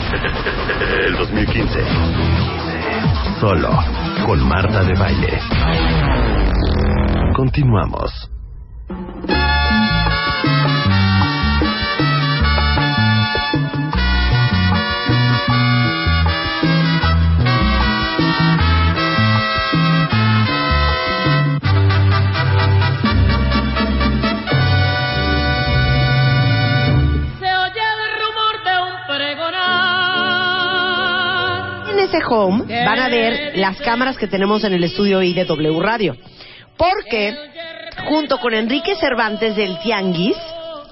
El 2015. Solo con Marta de Baile. Continuamos. Se oye el rumor de un pregonar. En ese home van a ver las cámaras que tenemos en el estudio hoy de W Radio. Porque junto con Enrique Cervantes del Tianguis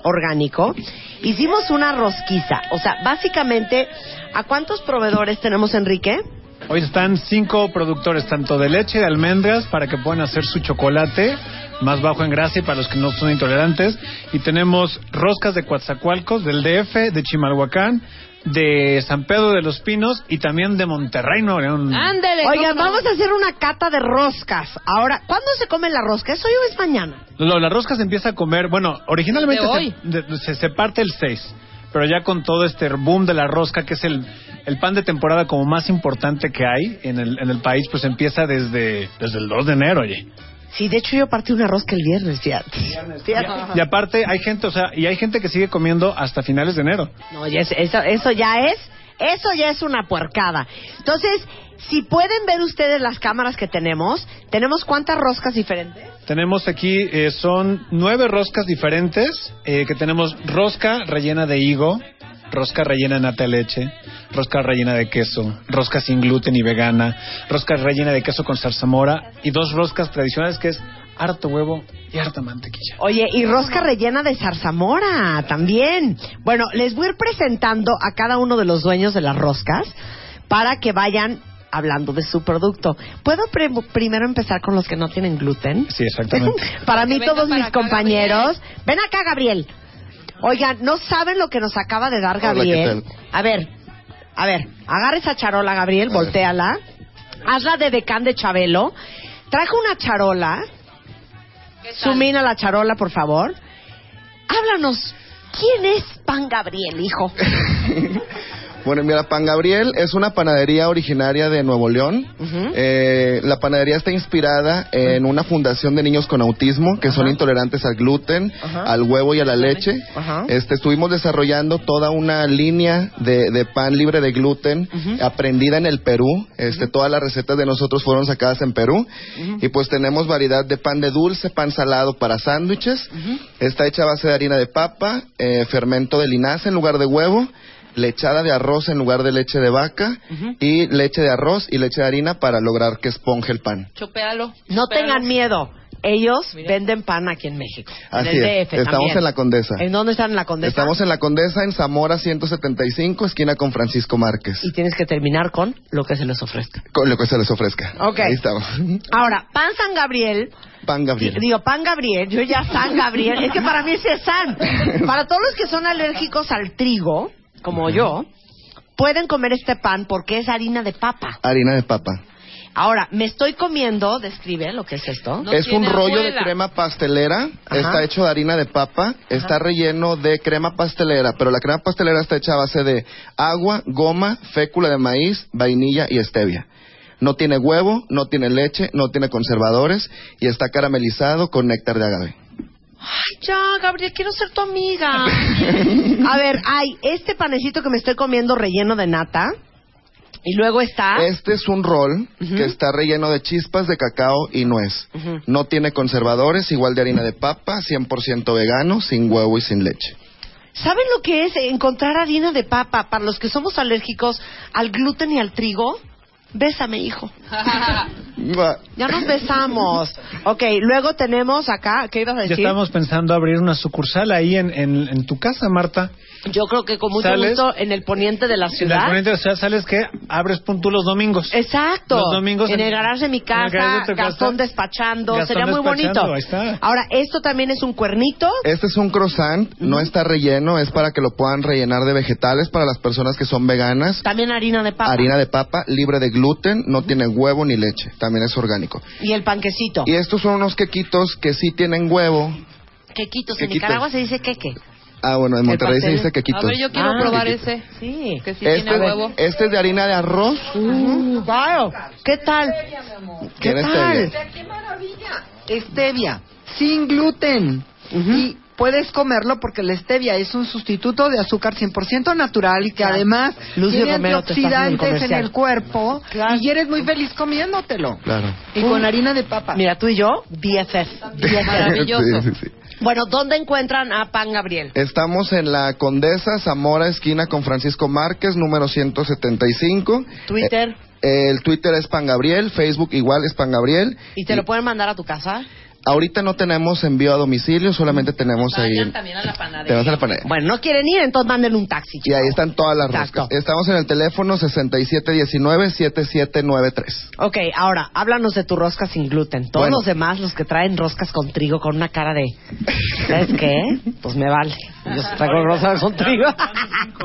Orgánico, hicimos una rosquiza. O sea, básicamente, ¿a cuántos proveedores tenemos, Enrique? Hoy están cinco productores, tanto de leche y de almendras, para que puedan hacer su chocolate más bajo en grasa y para los que no son intolerantes. Y tenemos roscas de Coatzacoalcos, del DF, de Chimalhuacán, de San Pedro de los Pinos y también de Monterrey, Nuevo León. Ándele. Oigan, ¿cómo no? vamos a hacer una cata de roscas. Ahora, ¿cuándo se come la rosca? ¿Es hoy o es mañana? Lo- la rosca se empieza a comer, bueno, originalmente De se- hoy. de- se, se parte el 6, pero ya con todo este boom de la rosca, que es el, el pan de temporada como más importante que hay en el, en el país, pues empieza desde, desde el 2 de enero, oye. Sí, de hecho yo partí una rosca el viernes, fíjate. Fíjate. Y aparte hay gente, o sea, y hay gente que sigue comiendo hasta finales de enero. No, ya es- eso, eso ya es, eso ya es una puercada. Entonces, si pueden ver ustedes las cámaras que tenemos, tenemos cuántas roscas diferentes. Tenemos aquí, eh, son nueve roscas diferentes, eh, que tenemos rosca rellena de higo, rosca rellena de nata de leche, rosca rellena de queso, rosca sin gluten y vegana, rosca rellena de queso con zarzamora y dos roscas tradicionales que es harto huevo y harta mantequilla. Oye, y rosca rellena de zarzamora también. Bueno, les voy a ir presentando a cada uno de los dueños de las roscas para que vayan hablando de su producto. ¿Puedo pre- primero empezar con los que no tienen gluten? Sí, exactamente. para mí venga todos para mis acá, compañeros. Ven acá, Gabriel. Oigan, no saben lo que nos acaba de dar Hola, ¿qué Gabriel. tal? A ver, a ver, agarra esa charola, Gabriel, volteala. Hazla de decán de Chabelo. Trajo una charola. ¿Qué tal? Sumina la charola, por favor. Háblanos. ¿Quién es Pan Gabriel, hijo? Bueno, mira, Pan Gabriel es una panadería originaria de Nuevo León. Ujú. Eh, la panadería está inspirada en una fundación de niños con autismo que son intolerantes al gluten, al huevo y a la leche. Ajá. Este, estuvimos desarrollando toda una línea de, de pan libre de gluten aprendida en el Perú. Este, Todas las recetas de nosotros fueron sacadas en Perú. Y pues tenemos variedad de pan de dulce, pan salado para sándwiches. Está hecha a base de harina de papa, eh, fermento de linaza en lugar de huevo. Lechada de arroz en lugar de leche de vaca y leche de arroz y leche de harina para lograr que esponje el pan. Chupéalo. No chupéalo. tengan miedo. Ellos Mira. venden pan aquí en México. Así en el es. DF Estamos también. en la Condesa. ¿En dónde están en la Condesa? Estamos en la Condesa, en Zamora 175, esquina con Francisco Márquez. Y tienes que terminar con lo que se les ofrezca. Con lo que se les ofrezca. Ok. Ahí estamos. Ahora, Pan San Gabriel, Pan Gabriel. digo Pan Gabriel, yo ya San Gabriel, es que para mí ese es San. Para todos los que son alérgicos al trigo, como yo, pueden comer este pan porque es harina de papa. Harina de papa. Ahora, me estoy comiendo, describe lo que es esto. No es un tiene rollo de abuela. crema pastelera. Ajá. Está hecho de harina de papa. Está relleno de crema pastelera. Pero la crema pastelera está hecha a base de agua, goma, fécula de maíz, vainilla y stevia. No tiene huevo, no tiene leche, no tiene conservadores y está caramelizado con néctar de agave. Ay, ya, Gabriel, quiero ser tu amiga. A ver, hay este panecito que me estoy comiendo relleno de nata. Y luego está. Este es un rol que está relleno de chispas de cacao y nuez. Ujú. No tiene conservadores, igual de harina de papa, 100% vegano, sin huevo y sin leche. ¿Saben lo que es encontrar harina de papa para los que somos alérgicos al gluten y al trigo? Bésame, hijo. Buah. Ya nos besamos. Ok, luego tenemos acá, ¿qué ibas a Ya decir? estamos pensando abrir una sucursal ahí en, en, en tu casa, Marta. Yo creo que con mucho Sales- gusto en el poniente de la En la ciudad. corriente de ciudad sales que abres punto los domingos. Exacto. Los domingos en en- el garage de mi en el casa, garage de tu casa. Gastón despachando, Gastón sería muy despachando, bonito. ahí está. Ahora, esto también es un cuernito. Este es un croissant, no está relleno, es para que lo puedan rellenar de vegetales para las personas que son veganas. También harina de papa. Harina de papa, libre de gluten, no tiene huevo ni leche, también es orgánico. Y el panquecito. Y estos son unos quequitos que sí tienen huevo. Quequitos. En Quequitos. Nicaragua se dice queque. Ah, bueno, en Monterrey se pastel. dice quequitos. A ver, yo quiero Ah, probar quequito. ese. Sí. Que sí este, tiene huevo. este es de harina de arroz. Uh, wow. ¿Qué tal? ¿Qué Tiene tal? stevia. Stevia, sin gluten. Ujú. Y puedes comerlo porque la stevia es un sustituto de azúcar 100% natural y que además Lucio tiene Romero, te estás haciendo el antioxidantes en comercial. el cuerpo Claro. y eres muy feliz comiéndotelo. Claro. Y con harina de papa. Mira, tú y yo, BFF. Maravilloso. Sí, sí, sí. bueno, ¿dónde encuentran a Pan Gabriel? Eh, Estamos en la Condesa Zamora, esquina con Francisco Márquez, número 175. Twitter. Eh, el Twitter es Pan Gabriel, Facebook igual es Pan Gabriel. ¿Y te lo pueden mandar a tu casa? Ahorita no tenemos envío a domicilio, solamente Mm. tenemos ahí. Vayan también a la Te panadería. vas a la panadería. Bueno, no quieren ir, entonces manden un taxi. Y ahí están todas las Exacto. roscas. Estamos en el teléfono 6719-7793. Ok, ahora, háblanos de tu rosca sin gluten. Todos Bueno. los demás, los que traen roscas con trigo, con una cara de... ¿Sabes qué? Pues me vale. Yo sí traigo roscas con trigo.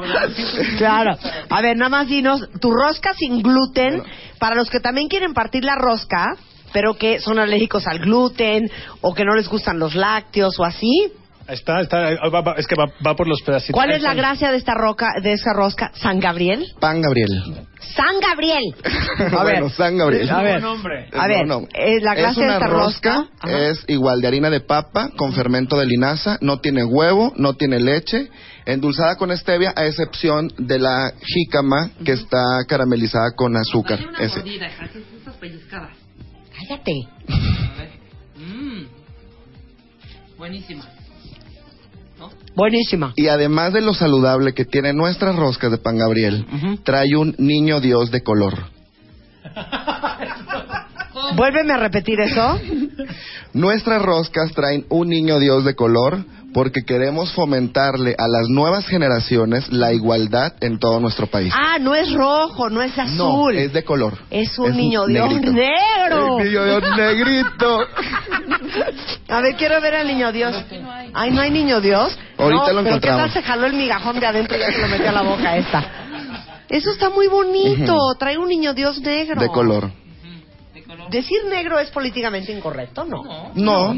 claro. A ver, nada más dinos, tu rosca sin gluten, para los que también quieren partir la rosca, pero que son alérgicos al gluten, o que no les gustan los lácteos, o así, Ahí Está, está, ahí va- va- es que va, va por los pedacitos. ¿cuál Ahí es la están. gracia de esta, roca, de esa rosca? ¿San Gabriel? Pan Gabriel. ¡San Gabriel! A ver. bueno, San Gabriel. A ver. A ver, No, no. eh, la es clase de una esta rosca, rosca, ajá. es igual de harina de papa con fermento de linaza, no tiene huevo, no tiene leche, endulzada con stevia a excepción de la jícama que está caramelizada con azúcar. Dale una Ese. mordida, hija, que es esas pellizcadas. Cállate. A ver. Mm. Buenísima. Buenísima. Y además de lo saludable que tiene nuestras roscas de pan Gabriel, trae un niño Dios de color. Vuélveme a repetir eso. Nuestras roscas traen un niño Dios de color porque queremos fomentarle a las nuevas generaciones la igualdad en todo nuestro país. Ah, no es rojo, no es azul. No, es de color. Es un niño Dios negrito. negro. El niño Dios negrito. A ver, quiero ver al niño Dios. Ay, no hay niño Dios. Ahorita No, lo pero ¿qué tal encontramos. se jaló el migajón de adentro y ya se lo metió a la boca esta. Eso está muy bonito. Trae un niño Dios negro. De color. Decir negro es políticamente incorrecto, ¿no? No,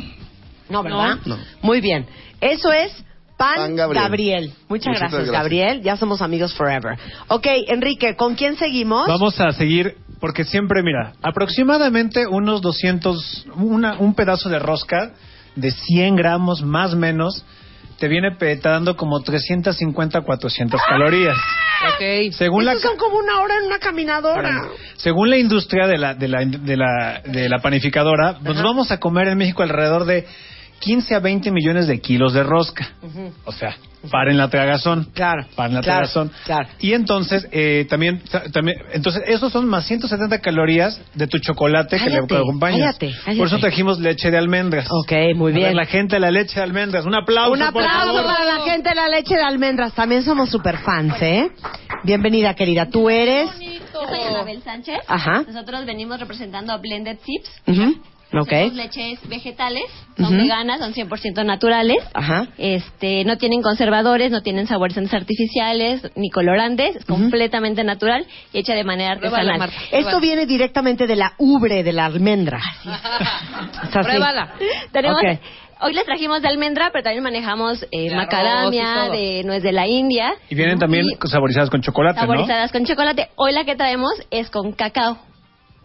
No. ¿verdad? No. Muy bien. Eso es Pan, Pan Gabriel. Gabriel. Muchas, Muchas gracias, gracias. Gabriel. Ya somos amigos forever. Ok, Enrique, ¿con quién seguimos? Vamos a seguir, porque siempre, mira, aproximadamente unos 200, una- un pedazo de rosca de 100 gramos más menos, te viene pe- te dando como 350, 400 calorías. Ok. Según la, Ah, Estos son como una hora en una caminadora. según la industria de la, de la, de la, de la panificadora, pues nos vamos a comer en México alrededor de 15 a 20 millones de kilos de rosca. O sea, paren la tragazón. Claro, Paren la claro, tragazón. claro. Y entonces, eh, también, ta- también, entonces, esos son más 170 calorías de tu chocolate que Cállate, le acompañas. cállate, cállate. Por eso trajimos leche de almendras. Ok, muy A ver, bien. la gente de la leche de almendras. Un aplauso, Un por aplauso favor. para la gente de la leche de almendras. También somos super fans, ¿eh? Bienvenida, querida. Tú eres. Yo soy Anabel Sánchez. Ajá. Nosotros venimos representando a Blended Tips. Ujú, Ok. Hacemos leches vegetales, son Ujú. veganas, son 100% naturales. Ajá. Este, no tienen conservadores, no tienen saborizantes artificiales ni colorantes, es completamente natural y hecha de manera Pruébala, artesanal. Marta. Esto viene directamente de la ubre de la almendra. Es así. Pruébala. Tenemos Ok. Hoy les trajimos de almendra, pero también manejamos eh, De arroz y macadamia, todo. de nuez de la India. Y vienen también Y- saborizadas con chocolate, ¿no? saborizadas con chocolate. Hoy la que traemos es con cacao.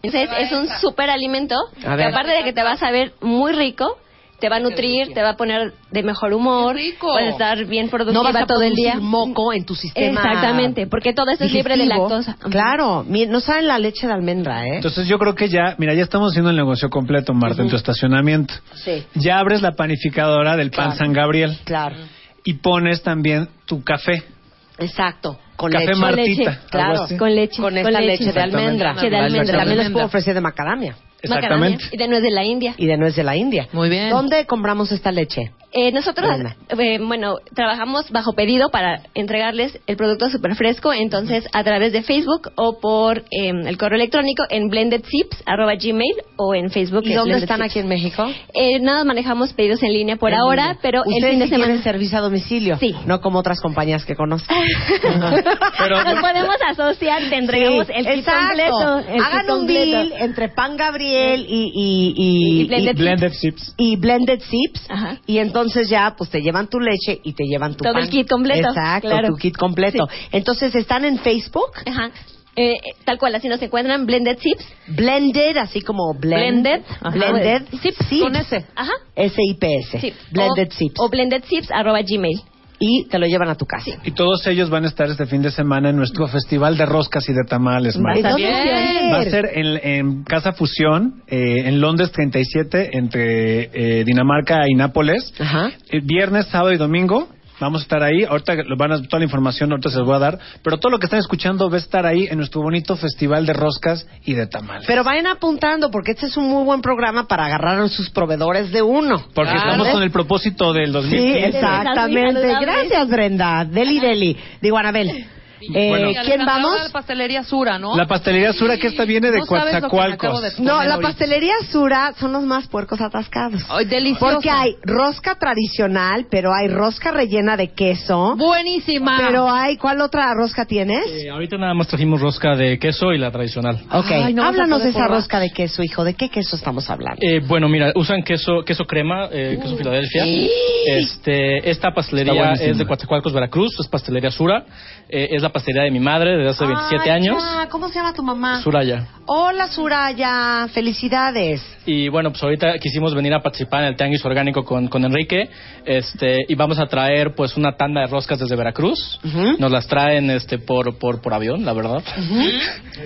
Entonces es un súper alimento que A ver. aparte de que te va a saber muy rico, te va a nutrir, te va a poner de mejor humor, Qué rico. vas a estar bien No productiva vas a todo el día. producir moco en tu sistema. Exactamente, porque todo esto es libre de digestivo. lactosa. Claro, mi- no saben la leche de almendra, ¿eh? Entonces yo creo que ya, mira, ya estamos haciendo el negocio completo, Marta, en tu estacionamiento. Sí. Ya abres la panificadora del pan Claro. San Gabriel Claro, y pones también tu café. exacto. Con Café leche. Martita, Claro, algo así. con leche, Con esta leche de almendra. Leche de También almendra. les puedo ofrecer de macadamia. Exactamente. macadamia y de nuez de la India. y de nuez de la India. Muy bien. ¿Dónde compramos esta leche? Eh, nosotros, Brenda. eh, bueno, trabajamos bajo pedido para entregarles el producto súper fresco, entonces a través de Facebook o por eh, el correo electrónico en blendedsips.gmail o en Facebook. ¿Y es dónde Blended están Sips. aquí en México? Eh, nada, manejamos pedidos en línea por ahora, pero el Ustedes fin de sí semana... tienen servicio a domicilio, Sí. no como otras compañías que conozco. Pero- pues Nos podemos asociar, te entregamos Sí, el kit exacto. completo. el Hagan kit un completo. deal entre Pan Gabriel y, y, y- Y Blended y- Blended Sips. y Blended Sips. Ajá. Y entonces ya, pues te llevan tu leche y te llevan tu Todo pan. el kit completo, Exacto, claro. tu kit completo. Sí. Entonces, ¿están en Facebook? Ajá. Eh, eh, tal cual, así nos encuentran Blended Sips. Blended, así como blend- Blended, ajá. Blended Sips, con S. Ajá. S-I-P-S. Sí. Blended o, Sips. O blendedsips arroba gmail. Y te lo llevan a tu casa. Y todos ellos van a estar este fin de semana en nuestro festival de roscas y de tamales, Marta. ¿En dónde bien. va a Va a ser? ser en, en Casa Fusión, eh, en Londres 37, entre eh, Dinamarca y Nápoles. Ajá. Eh, Viernes, sábado y domingo. Vamos a estar ahí. Ahorita lo van a, toda la información ahorita se los voy a dar. Pero todo lo que están escuchando va a estar ahí en nuestro bonito festival de roscas y de tamales. Pero vayan apuntando porque este es un muy buen programa para agarrar a sus proveedores de uno. Porque Claro. estamos con el propósito del Sí, 2015. exactamente. Saludable. Gracias, Brenda. Deli, Deli. Digo, Anabel. Eh, Bueno. ¿Quién vamos? La pastelería Sura, ¿no? La pastelería Sura, que esta viene de No sabes lo que me Coatzacoalcos. acabo de poner No, la ahorita. pastelería Sura son los más puercos atascados. Ay, deliciosa. Porque hay rosca tradicional, pero hay rosca rellena de queso. Buenísima. Pero hay, ¿cuál otra rosca tienes? Eh, ahorita nada más trajimos rosca de queso y la tradicional. Ok, Ay, no vas a háblanos poder de esa probar. rosca de queso, hijo. ¿De qué queso estamos hablando? Eh, bueno, mira, usan queso queso crema, eh, Uh. queso Filadelfia. Este, esta Está pastelería buenísima. es de Coatzacoalcos, Veracruz, es pastelería Sura. Eh, es la pastelería de mi madre desde hace 27 Ay, años, ya, ¿Cómo se llama tu mamá? Suraya. Hola, Suraya. Felicidades. Y bueno, pues ahorita quisimos venir a participar en el Tianguis Orgánico con, con Enrique. Este, y vamos a traer pues una tanda de roscas desde Veracruz. Ujú. Nos las traen este por por, por avión, la verdad. ¿Mm?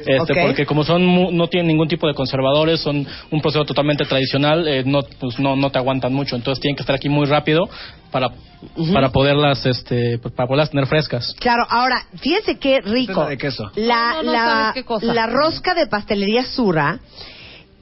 Este, Ok. porque como son mu- no tienen ningún tipo de conservadores, son un proceso totalmente tradicional, eh, no pues no no te aguantan mucho, entonces tienen que estar aquí muy rápido para para poderlas este para poderlas tener frescas. Claro, ahora, fíjense qué rico. Tela de queso. La, No, no la- sabes qué cosa. la rosca de pastelería Sura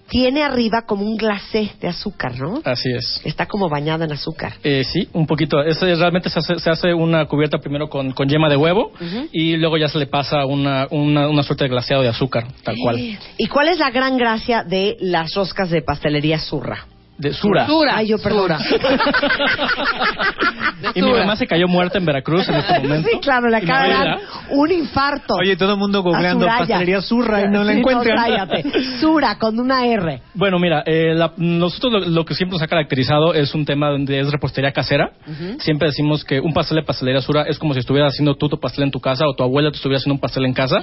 tiene arriba como un glacé de azúcar, Ah. ¿no? Así es. Está como bañada en azúcar. Eh, sí, un poquito. Eso es- realmente se hace, se hace una cubierta primero con, con yema de huevo y luego ya se le pasa una, una, una suerte de glaseado de azúcar, tal cual. Eh, ¿Y cuál es la gran gracia de las roscas de pastelería Sura? De Sura. Sura. Ay, yo perdón. De Y mi Sura. mamá se cayó muerta en Veracruz en este momento. sí, claro, le Y mi acaba de dar abuela, un infarto. Oye, todo el mundo A googleando Suraya. pastelería Surra y no la Sí, encuentran. cállate. Sura con una R. Bueno, mira, eh, la- nosotros lo, lo que siempre nos ha caracterizado es un tema donde es repostería casera. Siempre decimos que un pastel de pastelería sura es como si estuvieras haciendo tú tu pastel en tu casa o tu abuela te estuviera haciendo un pastel en casa.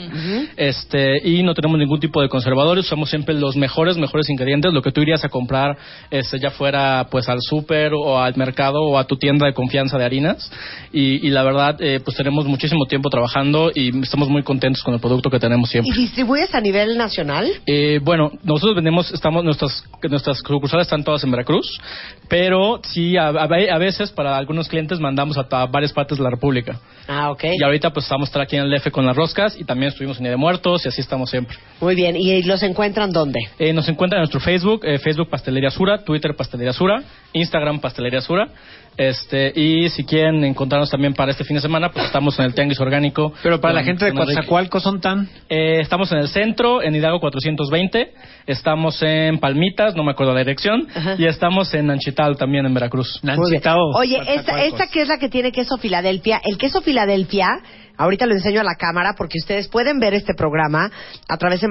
este, y no tenemos ningún tipo de conservadores, usamos siempre los mejores, mejores ingredientes, lo que tú irías a comprar este, ya fuera pues al súper o al mercado o a tu tienda de confianza de harinas. Y, y la verdad, eh, pues tenemos muchísimo tiempo trabajando y estamos muy contentos con el producto que tenemos siempre. ¿Y distribuyes a nivel nacional? Eh, bueno, nosotros vendemos, estamos, nuestras, nuestras sucursales están todas en Veracruz, pero sí, a, a ve- a veces para algunos clientes mandamos a, ta- varias partes de la República. Ah, ok. Y ahorita pues estamos aquí en el DF con las roscas y también estuvimos en Día de Muertos y así estamos siempre. Muy bien. ¿Y los encuentran dónde? Eh, nos encuentran en nuestro Facebook, eh, Facebook Pastelería Sura, Twitter Pastelería Sura, Instagram Pastelería Sura. Este, y si quieren encontrarnos también para este fin de semana, pues estamos en el Tianguis Orgánico. Pero para la con- gente de con Enrique. Coatzacoalcos son tan... Eh, estamos en el centro, en Hidalgo 420. Estamos en Palmitas, no me acuerdo la dirección. Ajá. Y estamos en Anchital también, en Veracruz. Muy bien. Nanchitao. Oye, esta, Coatzacoalcos. esta que es la que tiene queso Filadelfia, el queso Filadelfia, ahorita lo enseño a la cámara porque ustedes pueden ver este programa a través de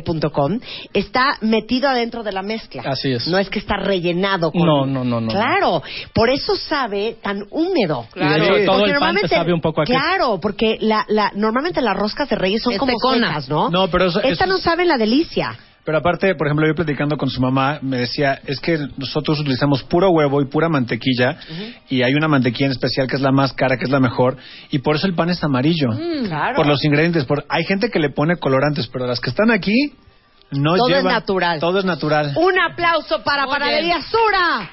martadebaile.com, está metido adentro de la mezcla. Así es. No es que está rellenado con... No, no, no, no. Claro, por eso sabe tan húmedo. Claro. Y de hecho, Porque todo el pan te normalmente- sabe un poco a queso. Claro, porque la, la, normalmente las roscas de reyes son Es como secona. secas, ¿no? No, pero eso- Esta eso- no sabe la delicia. Pero aparte, por ejemplo, yo platicando con su mamá, me decía, es que nosotros utilizamos puro huevo y pura mantequilla, y hay una mantequilla en especial que es la más cara, que es la mejor, y por eso el pan es amarillo. Mm, claro. Por los ingredientes. Por... Hay gente que le pone colorantes, pero las que están aquí no Todo es llevan- natural. Todo es natural. Un aplauso para Muy Panadería bien. Sura.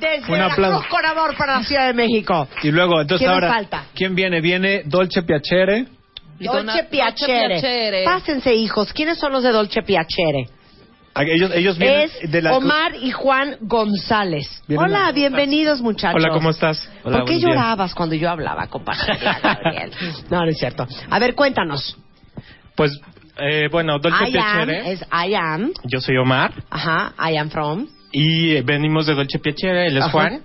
Desde Un aplauso. Veracruz con amor para la Ciudad de México. Y luego, entonces ¿Qué nos ahora, falta? ¿quién viene? Viene Dolce Piacere. Y dona- Dolce Piacere. Dolce Piacere. Pásense, hijos. ¿Quiénes son los de Dolce Piacere? A- Ellos, ellos vienen es de la... Omar y Juan González. Vienen Hola, de- bienvenidos muchachos. Hola, ¿cómo estás? ¿Por qué Hola, buenos días. llorabas cuando yo hablaba, compadre? Gabriel? no, no es cierto. A ver, cuéntanos. Pues, eh, bueno, Dolce I am, Piacere. es I am, Yo soy Omar ajá, I am from. y eh, venimos de Dolce Piacere. Él es Ajá. Juan.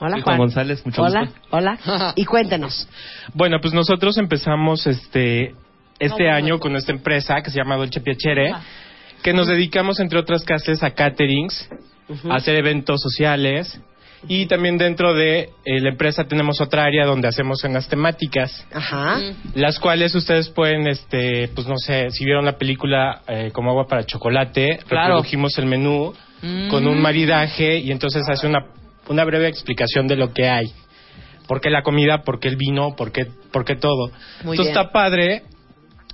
Hola, Y Juan Juan. González, mucho Hola, gusto. hola. Y cuéntanos. Bueno, pues nosotros empezamos este este bueno, año con esta empresa que se llama Dolce Piacere, que nos dedicamos entre otras clases a caterings, a hacer eventos sociales y también dentro de eh, la empresa tenemos otra área donde hacemos cenas temáticas, Ajá. Mm. las cuales ustedes pueden, este, pues no sé, si vieron la película eh, como agua para chocolate, Claro. reprodujimos el menú con Mm. un maridaje y entonces hace una, una breve explicación de lo que hay. ¿Por qué la comida? ¿Por qué el vino? ¿Por qué, por qué todo? Muy entonces bien. está padre.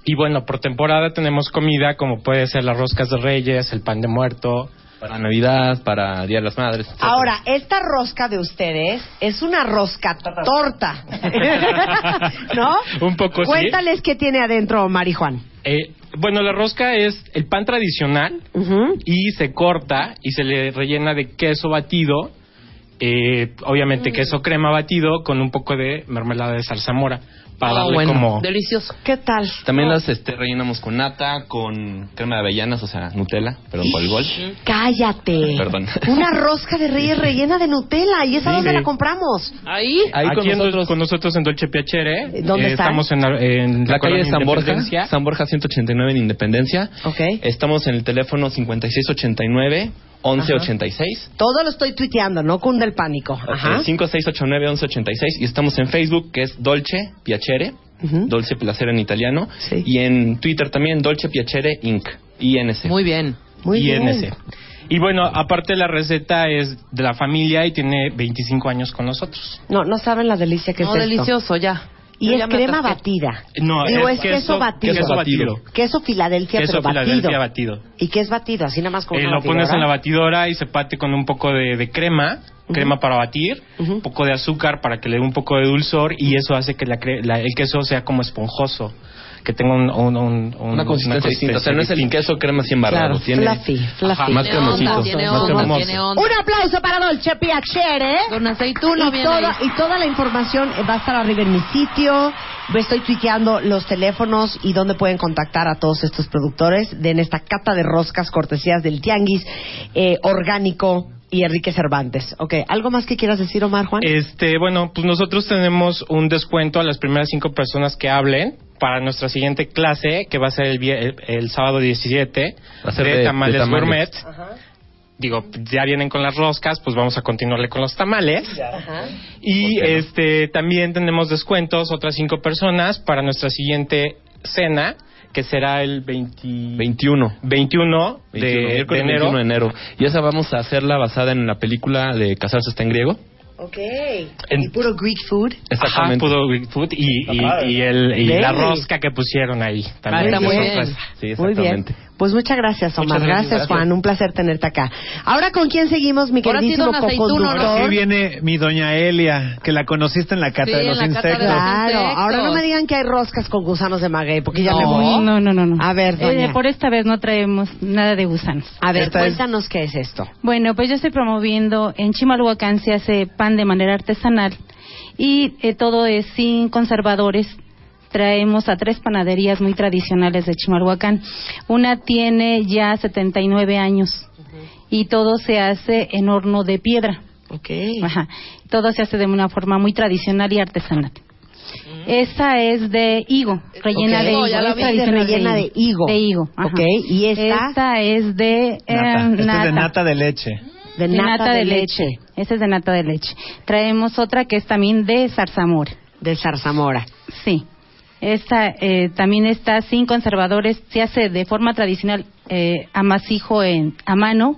Y bueno, por temporada tenemos comida como puede ser las roscas de reyes, el pan de muerto. Para Navidad, para Día de las Madres. etcétera. Ahora, esta rosca de ustedes es una rosca torta. ¿No? Un poco sí. Cuéntales qué tiene adentro Omar y Juan. Eh, bueno, la rosca es el pan tradicional y se corta y se le rellena de queso batido, eh, obviamente queso crema batido con un poco de mermelada de zarzamora para Ah, darle bueno. como... Delicioso. ¿Qué tal? También las este, rellenamos con nata, con crema de avellanas, o sea, Nutella, perdón por el gol. Mm. Cállate. Perdón. Una rosca de reyes rellena de Nutella. ¿Y esa Sí, dónde sí. la compramos? Ahí. Ahí Aquí con en- nosotros. con nosotros en Dolce Piacere. ¿Dónde Eh, están? Estamos en la, en La calle de colonia San Borja, Independencia. San Borja 189 en Independencia. Ok. Estamos en el teléfono 5689 1186. Todo lo estoy tuiteando, no cunde el pánico. Ajá. Eh, 5689 1186 y estamos en Facebook que es Dolce Piacere, Ujú. Dolce Placer en italiano Sí. y en Twitter también Dolce Piacere Inc. INC. Muy bien. Muy y bien. NC. Y bueno, aparte la receta es de la familia y tiene 25 años con nosotros. No, no saben la delicia que No, es esto. delicioso, ya. Y Yo es ya me crema atasqué. batida. No, Digo, es, es queso, queso- batido. queso batido. Queso Filadelfia, Queso pero batido. Filadelfia batido. ¿Y qué es batido? Así nada más como Eh, una lo pones batidora. en la batidora y se pate con un poco de, de crema, crema para batir, un poco de azúcar para que le dé un poco de dulzor y eso hace que la cre- la- el queso sea como esponjoso, que tenga un- un- un- un- Una consistencia distinta, o sea, no es el distinta. queso crema sin barrado, Claro, tiene fluffy, fluffy. Ajá, más Tiene onda, cremosito, tiene más onda, cremoso. tiene onda. Un aplauso para Dolce Piacere. Con aceituno y viene toda, ahí. y toda la información eh, va a estar arriba en mi sitio. Yo Estoy tuiteando los teléfonos y dónde pueden contactar a todos estos productores de en esta cata de roscas cortesías del Tianguis eh, Orgánico y Enrique Cervantes. Ok, ¿algo más que quieras decir, Omar Juan? Este, bueno, pues nosotros tenemos un descuento a las primeras cinco personas que hablen para nuestra siguiente clase, que va a ser el, vie- el- el sábado 17, Va a ser de, de- de tamales, tamales. gourmet. Digo, ya vienen con las roscas, pues vamos a continuarle con los tamales. Y ¿Por qué no? este también tenemos descuentos, otras cinco personas, para nuestra siguiente cena, que será el 20 21. 21 de, 21, de miércoles enero. 21 de enero. Y esa vamos a hacerla basada en la película de Casarse está en griego. Ok. En- ¿Y puro Greek food? Ajá, Exactamente. pudo Greek Food y, y, y el, y Very. la rosca que pusieron ahí. Ah, También está de muy bien. sorpresa. Sí, Muy bien. exactamente. Pues muchas gracias, Omar. Muchas gracias, gracias. Juan. Un placer tenerte acá. Ahora, ¿con quién seguimos, mi Ahora sí, queridísimo don aceituno, coconductor? ¿no? Ahora sí viene mi doña Elia, que la conociste en la cata Sí, de en los la cata de insectos. los Claro, insectos. ahora no me digan que hay roscas con gusanos de maguey, porque ya me No. voy. No, no, no, no. A ver, doña. Eh, por esta vez no traemos nada de gusanos. A ver, Esta es- cuéntanos qué es esto. Bueno, pues yo estoy promoviendo en Chimalhuacán se hace pan de manera artesanal y eh, todo es sin conservadores. Traemos a tres panaderías muy tradicionales de Chimalhuacán. Una tiene ya 79 años y todo se hace en horno de piedra. Ok. Ajá. Todo se hace de una forma muy tradicional y artesanal. Esta es de higo, rellena Ok. de higo. Ya la es vi. tradicional Rellena de higo. De higo. ajá. Ok, ¿y esta? Esta es de eh, Nata. Esta nata. es de nata de leche. De De nata, de, leche. Esta es de nata de leche. Traemos otra que es también de zarzamora. De zarzamora. Sí. Esta eh, también está sin conservadores. Se hace de forma tradicional eh, amasijo en, a mano.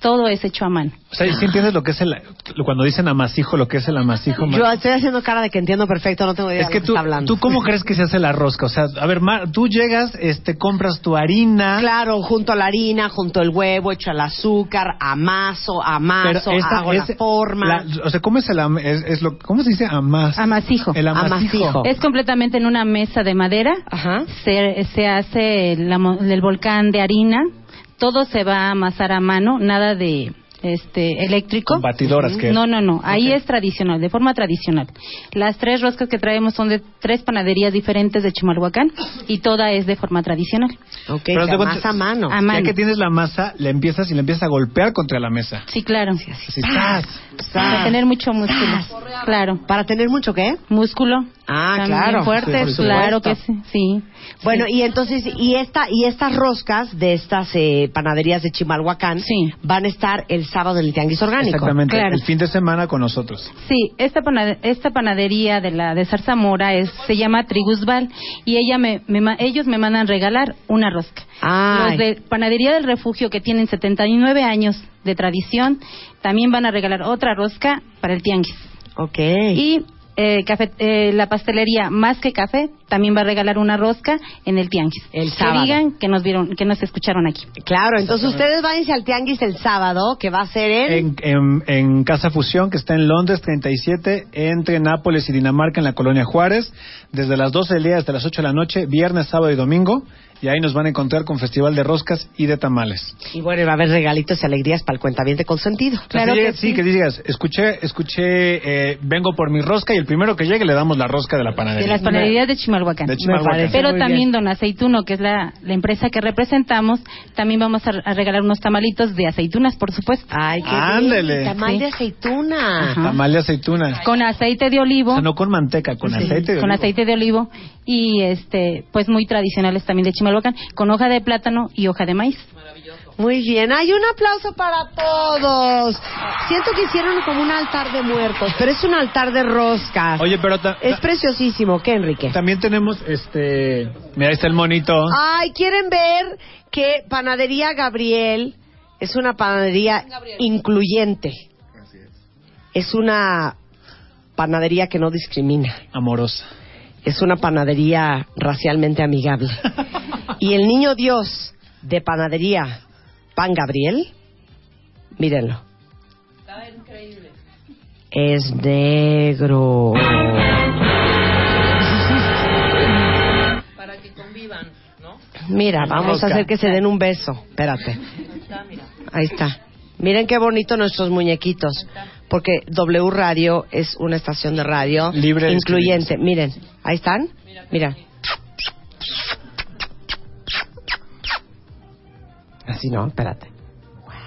Todo es hecho a mano. O sea, ¿y si entiendes lo que es el... lo- Cuando dicen amasijo, lo que es el amasijo? Mar? Yo estoy haciendo cara de que entiendo perfecto, no tengo idea Es de que lo que tú, está hablando. ¿tú cómo crees que se hace la rosca? O sea, a ver, Mar, tú llegas, este, compras tu harina... Claro, junto a la harina, junto al huevo, hecho al azúcar, amaso, amaso, esta hago la es forma. la- o sea, ¿cómo es el am- es, es lo, ¿cómo se dice amas? Amasijo. El amasijo. Amasijo. Es completamente en una mesa de madera. Ajá. Se, se hace el, amo- el volcán de harina. Todo se va a amasar a mano, nada de este eléctrico. Con batidoras, ¿qué? No, no, no. Ahí es tradicional, de forma tradicional. Las tres roscas que traemos son de tres panaderías diferentes de Chimalhuacán y toda es de forma tradicional. Ok, Pero se te cuenta- amasa a mano. A mano. Ya que tienes la masa, la empiezas y la empiezas a golpear contra la mesa. Sí, claro. Así, ¡zas! Para tener mucho músculo. Claro. ¿Para tener mucho qué? Músculo. Ah, También claro. fuerte, Sí, por claro que supuesto. sí. sí. Bueno, Sí. y entonces, y esta y estas roscas de estas eh, panaderías de Chimalhuacán van a estar el sábado en el Tianguis Orgánico. Exactamente. Claro. El fin de semana con nosotros. Sí, esta, pana- esta panadería de la de Zarzamora es, se llama Triguzbal y ella me, me ma- ellos me mandan regalar una rosca. Ay. Los de Panadería del Refugio que tienen 79 años de tradición también van a regalar otra rosca para el tianguis. Ok. Y eh, café- eh, la pastelería Más que Café también va a regalar una rosca en el tianguis. El sábado. Que digan que nos vieron, que nos escucharon aquí. Claro, entonces ustedes váyanse al Tianguis el sábado, que va a ser en... En, en- en Casa Fusión, que está en Londres 37, entre Nápoles y Dinamarca, en la colonia Juárez, desde las 12 del día hasta las 8 de la noche, viernes, sábado y domingo. Y ahí nos van a encontrar con Festival de Roscas y de Tamales. Y bueno, y va a haber regalitos y alegrías para el cuentaviente consentido. Así llegas- sí, que digas, escuché, escuché, eh, vengo por mi rosca y el primero que llegue le damos la rosca de la panadería. De las panaderías de Chimalhuacán. De Chimalhuacán. Me parece Pero muy también Don Aceituno, que es la, la empresa que representamos, también vamos a, a regalar unos tamalitos de aceitunas, por supuesto. Ay, qué Ándele. bien, tamal de aceituna. Tamal de aceituna. Con aceite de olivo. O sea, no con manteca, con Sí, aceite. de con olivo. aceite de olivo y este pues muy tradicionales también de Chimalhuacán con hoja de plátano y hoja de maíz Muy bien, hay un aplauso para todos. Siento que hicieron como un altar de muertos, pero es un altar de roscas. Oye, pero ta- es preciosísimo, ¿qué, Enrique? También tenemos este. Mira, ahí está el monito. Ah. Ay, quieren ver que Panadería Gabriel es una panadería incluyente. Es una panadería que no discrimina. Amorosa. Es una panadería racialmente amigable. y el niño Dios de panadería Pan Gabriel, mírenlo. Es negro. Para que convivan, ¿no? Mira, vamos Rosca. a hacer que se den un beso. Espérate. Ahí está. Miren qué bonito nuestros muñequitos. Porque W Radio es una estación de radio Libre de incluyente. Miren, ahí están. Mira. Así no, espérate.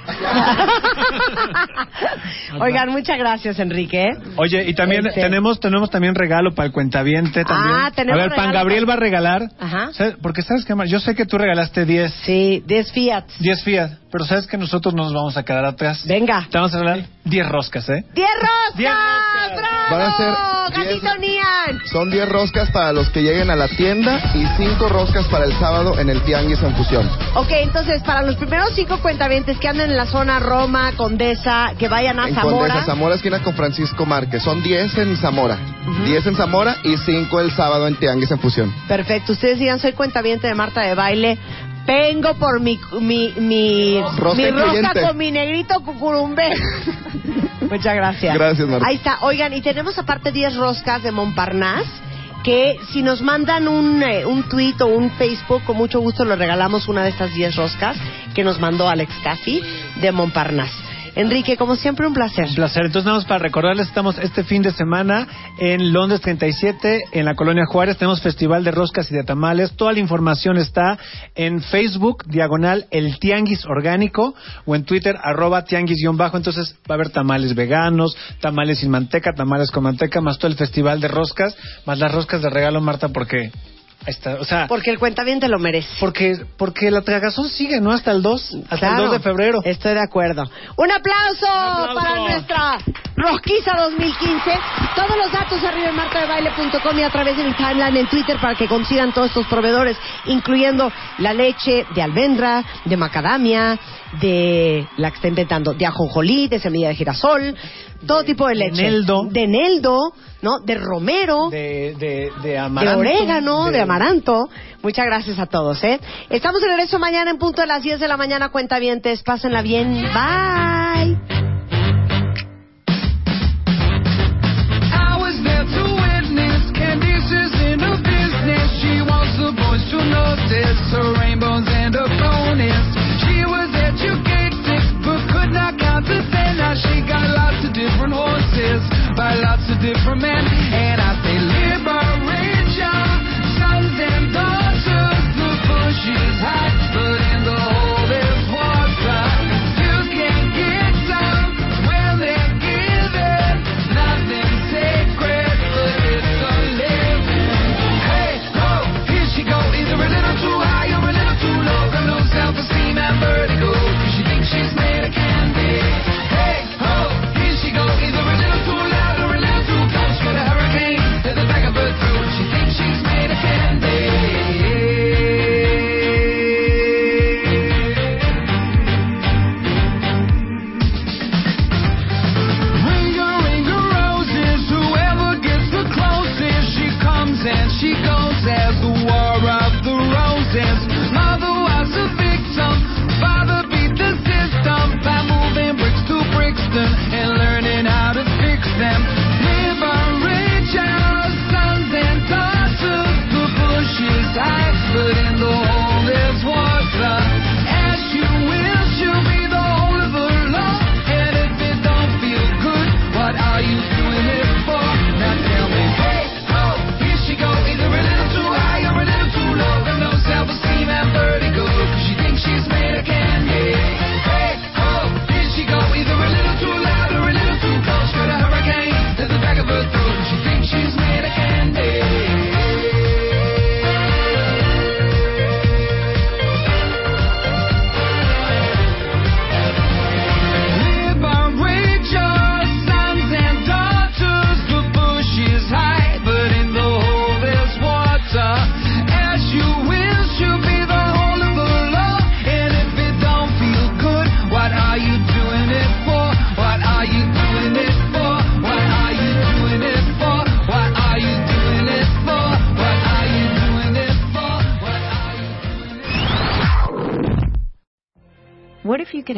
Oigan, muchas gracias, Enrique. Oye, y también Este. tenemos tenemos también regalo para el cuentaviente también. Ah, tenemos A ver, Pan regalo Gabriel va para- Ah. a regalar. Ajá. ¿sabes? Porque sabes que yo sé que tú regalaste 10. Sí, 10 Fiat. 10 Fiat, pero sabes que nosotros no nos vamos a quedar atrás. Venga. Te vamos a regalar 10 roscas, ¿eh? ¡Diez roscas! ¡Bravo! Van a ser diez- ¡Gatito Nian! Son 10 roscas para los que lleguen a la tienda y 5 roscas para el sábado en el Tianguis en Fusión. Ok, entonces para los primeros cinco cuentavientes que anden en la zona Roma, Condesa, que vayan a En Zamora. Condesa, Zamora, esquina con Francisco Márquez. Son 10 en Zamora. 10 en Zamora y 5 el sábado en Tianguis en Fusión. Perfecto, ustedes digan, soy cuentaviente de Marta de Baile. Vengo por mi mi mi, Rosca mi rosca incluyente. con mi negrito cucurumbé. Muchas gracias. Gracias, Marta. Ahí está. Oigan, y tenemos aparte 10 roscas de Montparnasse que si nos mandan un, eh, un tweet o un Facebook, con mucho gusto les regalamos una de estas 10 roscas que nos mandó Alex Caffi de Montparnasse. Enrique, como siempre, un placer. Un placer. Entonces, nada más para recordarles, estamos este fin de semana en Londres 37, en la Colonia Juárez. Tenemos Festival de Roscas y de Tamales. Toda la información está en Facebook, diagonal El Tianguis Orgánico, o en Twitter, arroba tianguis-bajo. Entonces, va a haber tamales veganos, tamales sin manteca, tamales con manteca, más todo el Festival de Roscas, más las roscas de regalo, Marta, porque... ahí Está, o sea, Porque el cuentaviente lo merece. Porque, porque la tragazón sigue, ¿no? Hasta el 2, hasta Claro. el 2 de febrero. Estoy de acuerdo. Un aplauso, para nuestra Rosquiza 2015. Todos los datos arriba en martadebaile.com y a través de mi timeline en Twitter para que consigan todos estos proveedores, incluyendo la leche de almendra, de macadamia, de la que está inventando, de ajonjolí, de semilla de girasol, todo tipo de leche. eneldo. De eneldo, ¿no? De romero De, de, de de amaranto. orégano, de... amaranto. Muchas gracias a todos, ¿eh? Estamos de regreso mañana en punto de las 10 de la mañana, cuentavientes. Pásenla bien. Bye. I was there to witness Candice's in the business. She wants the boys to notice her rainbows and her bonus. She was What if you could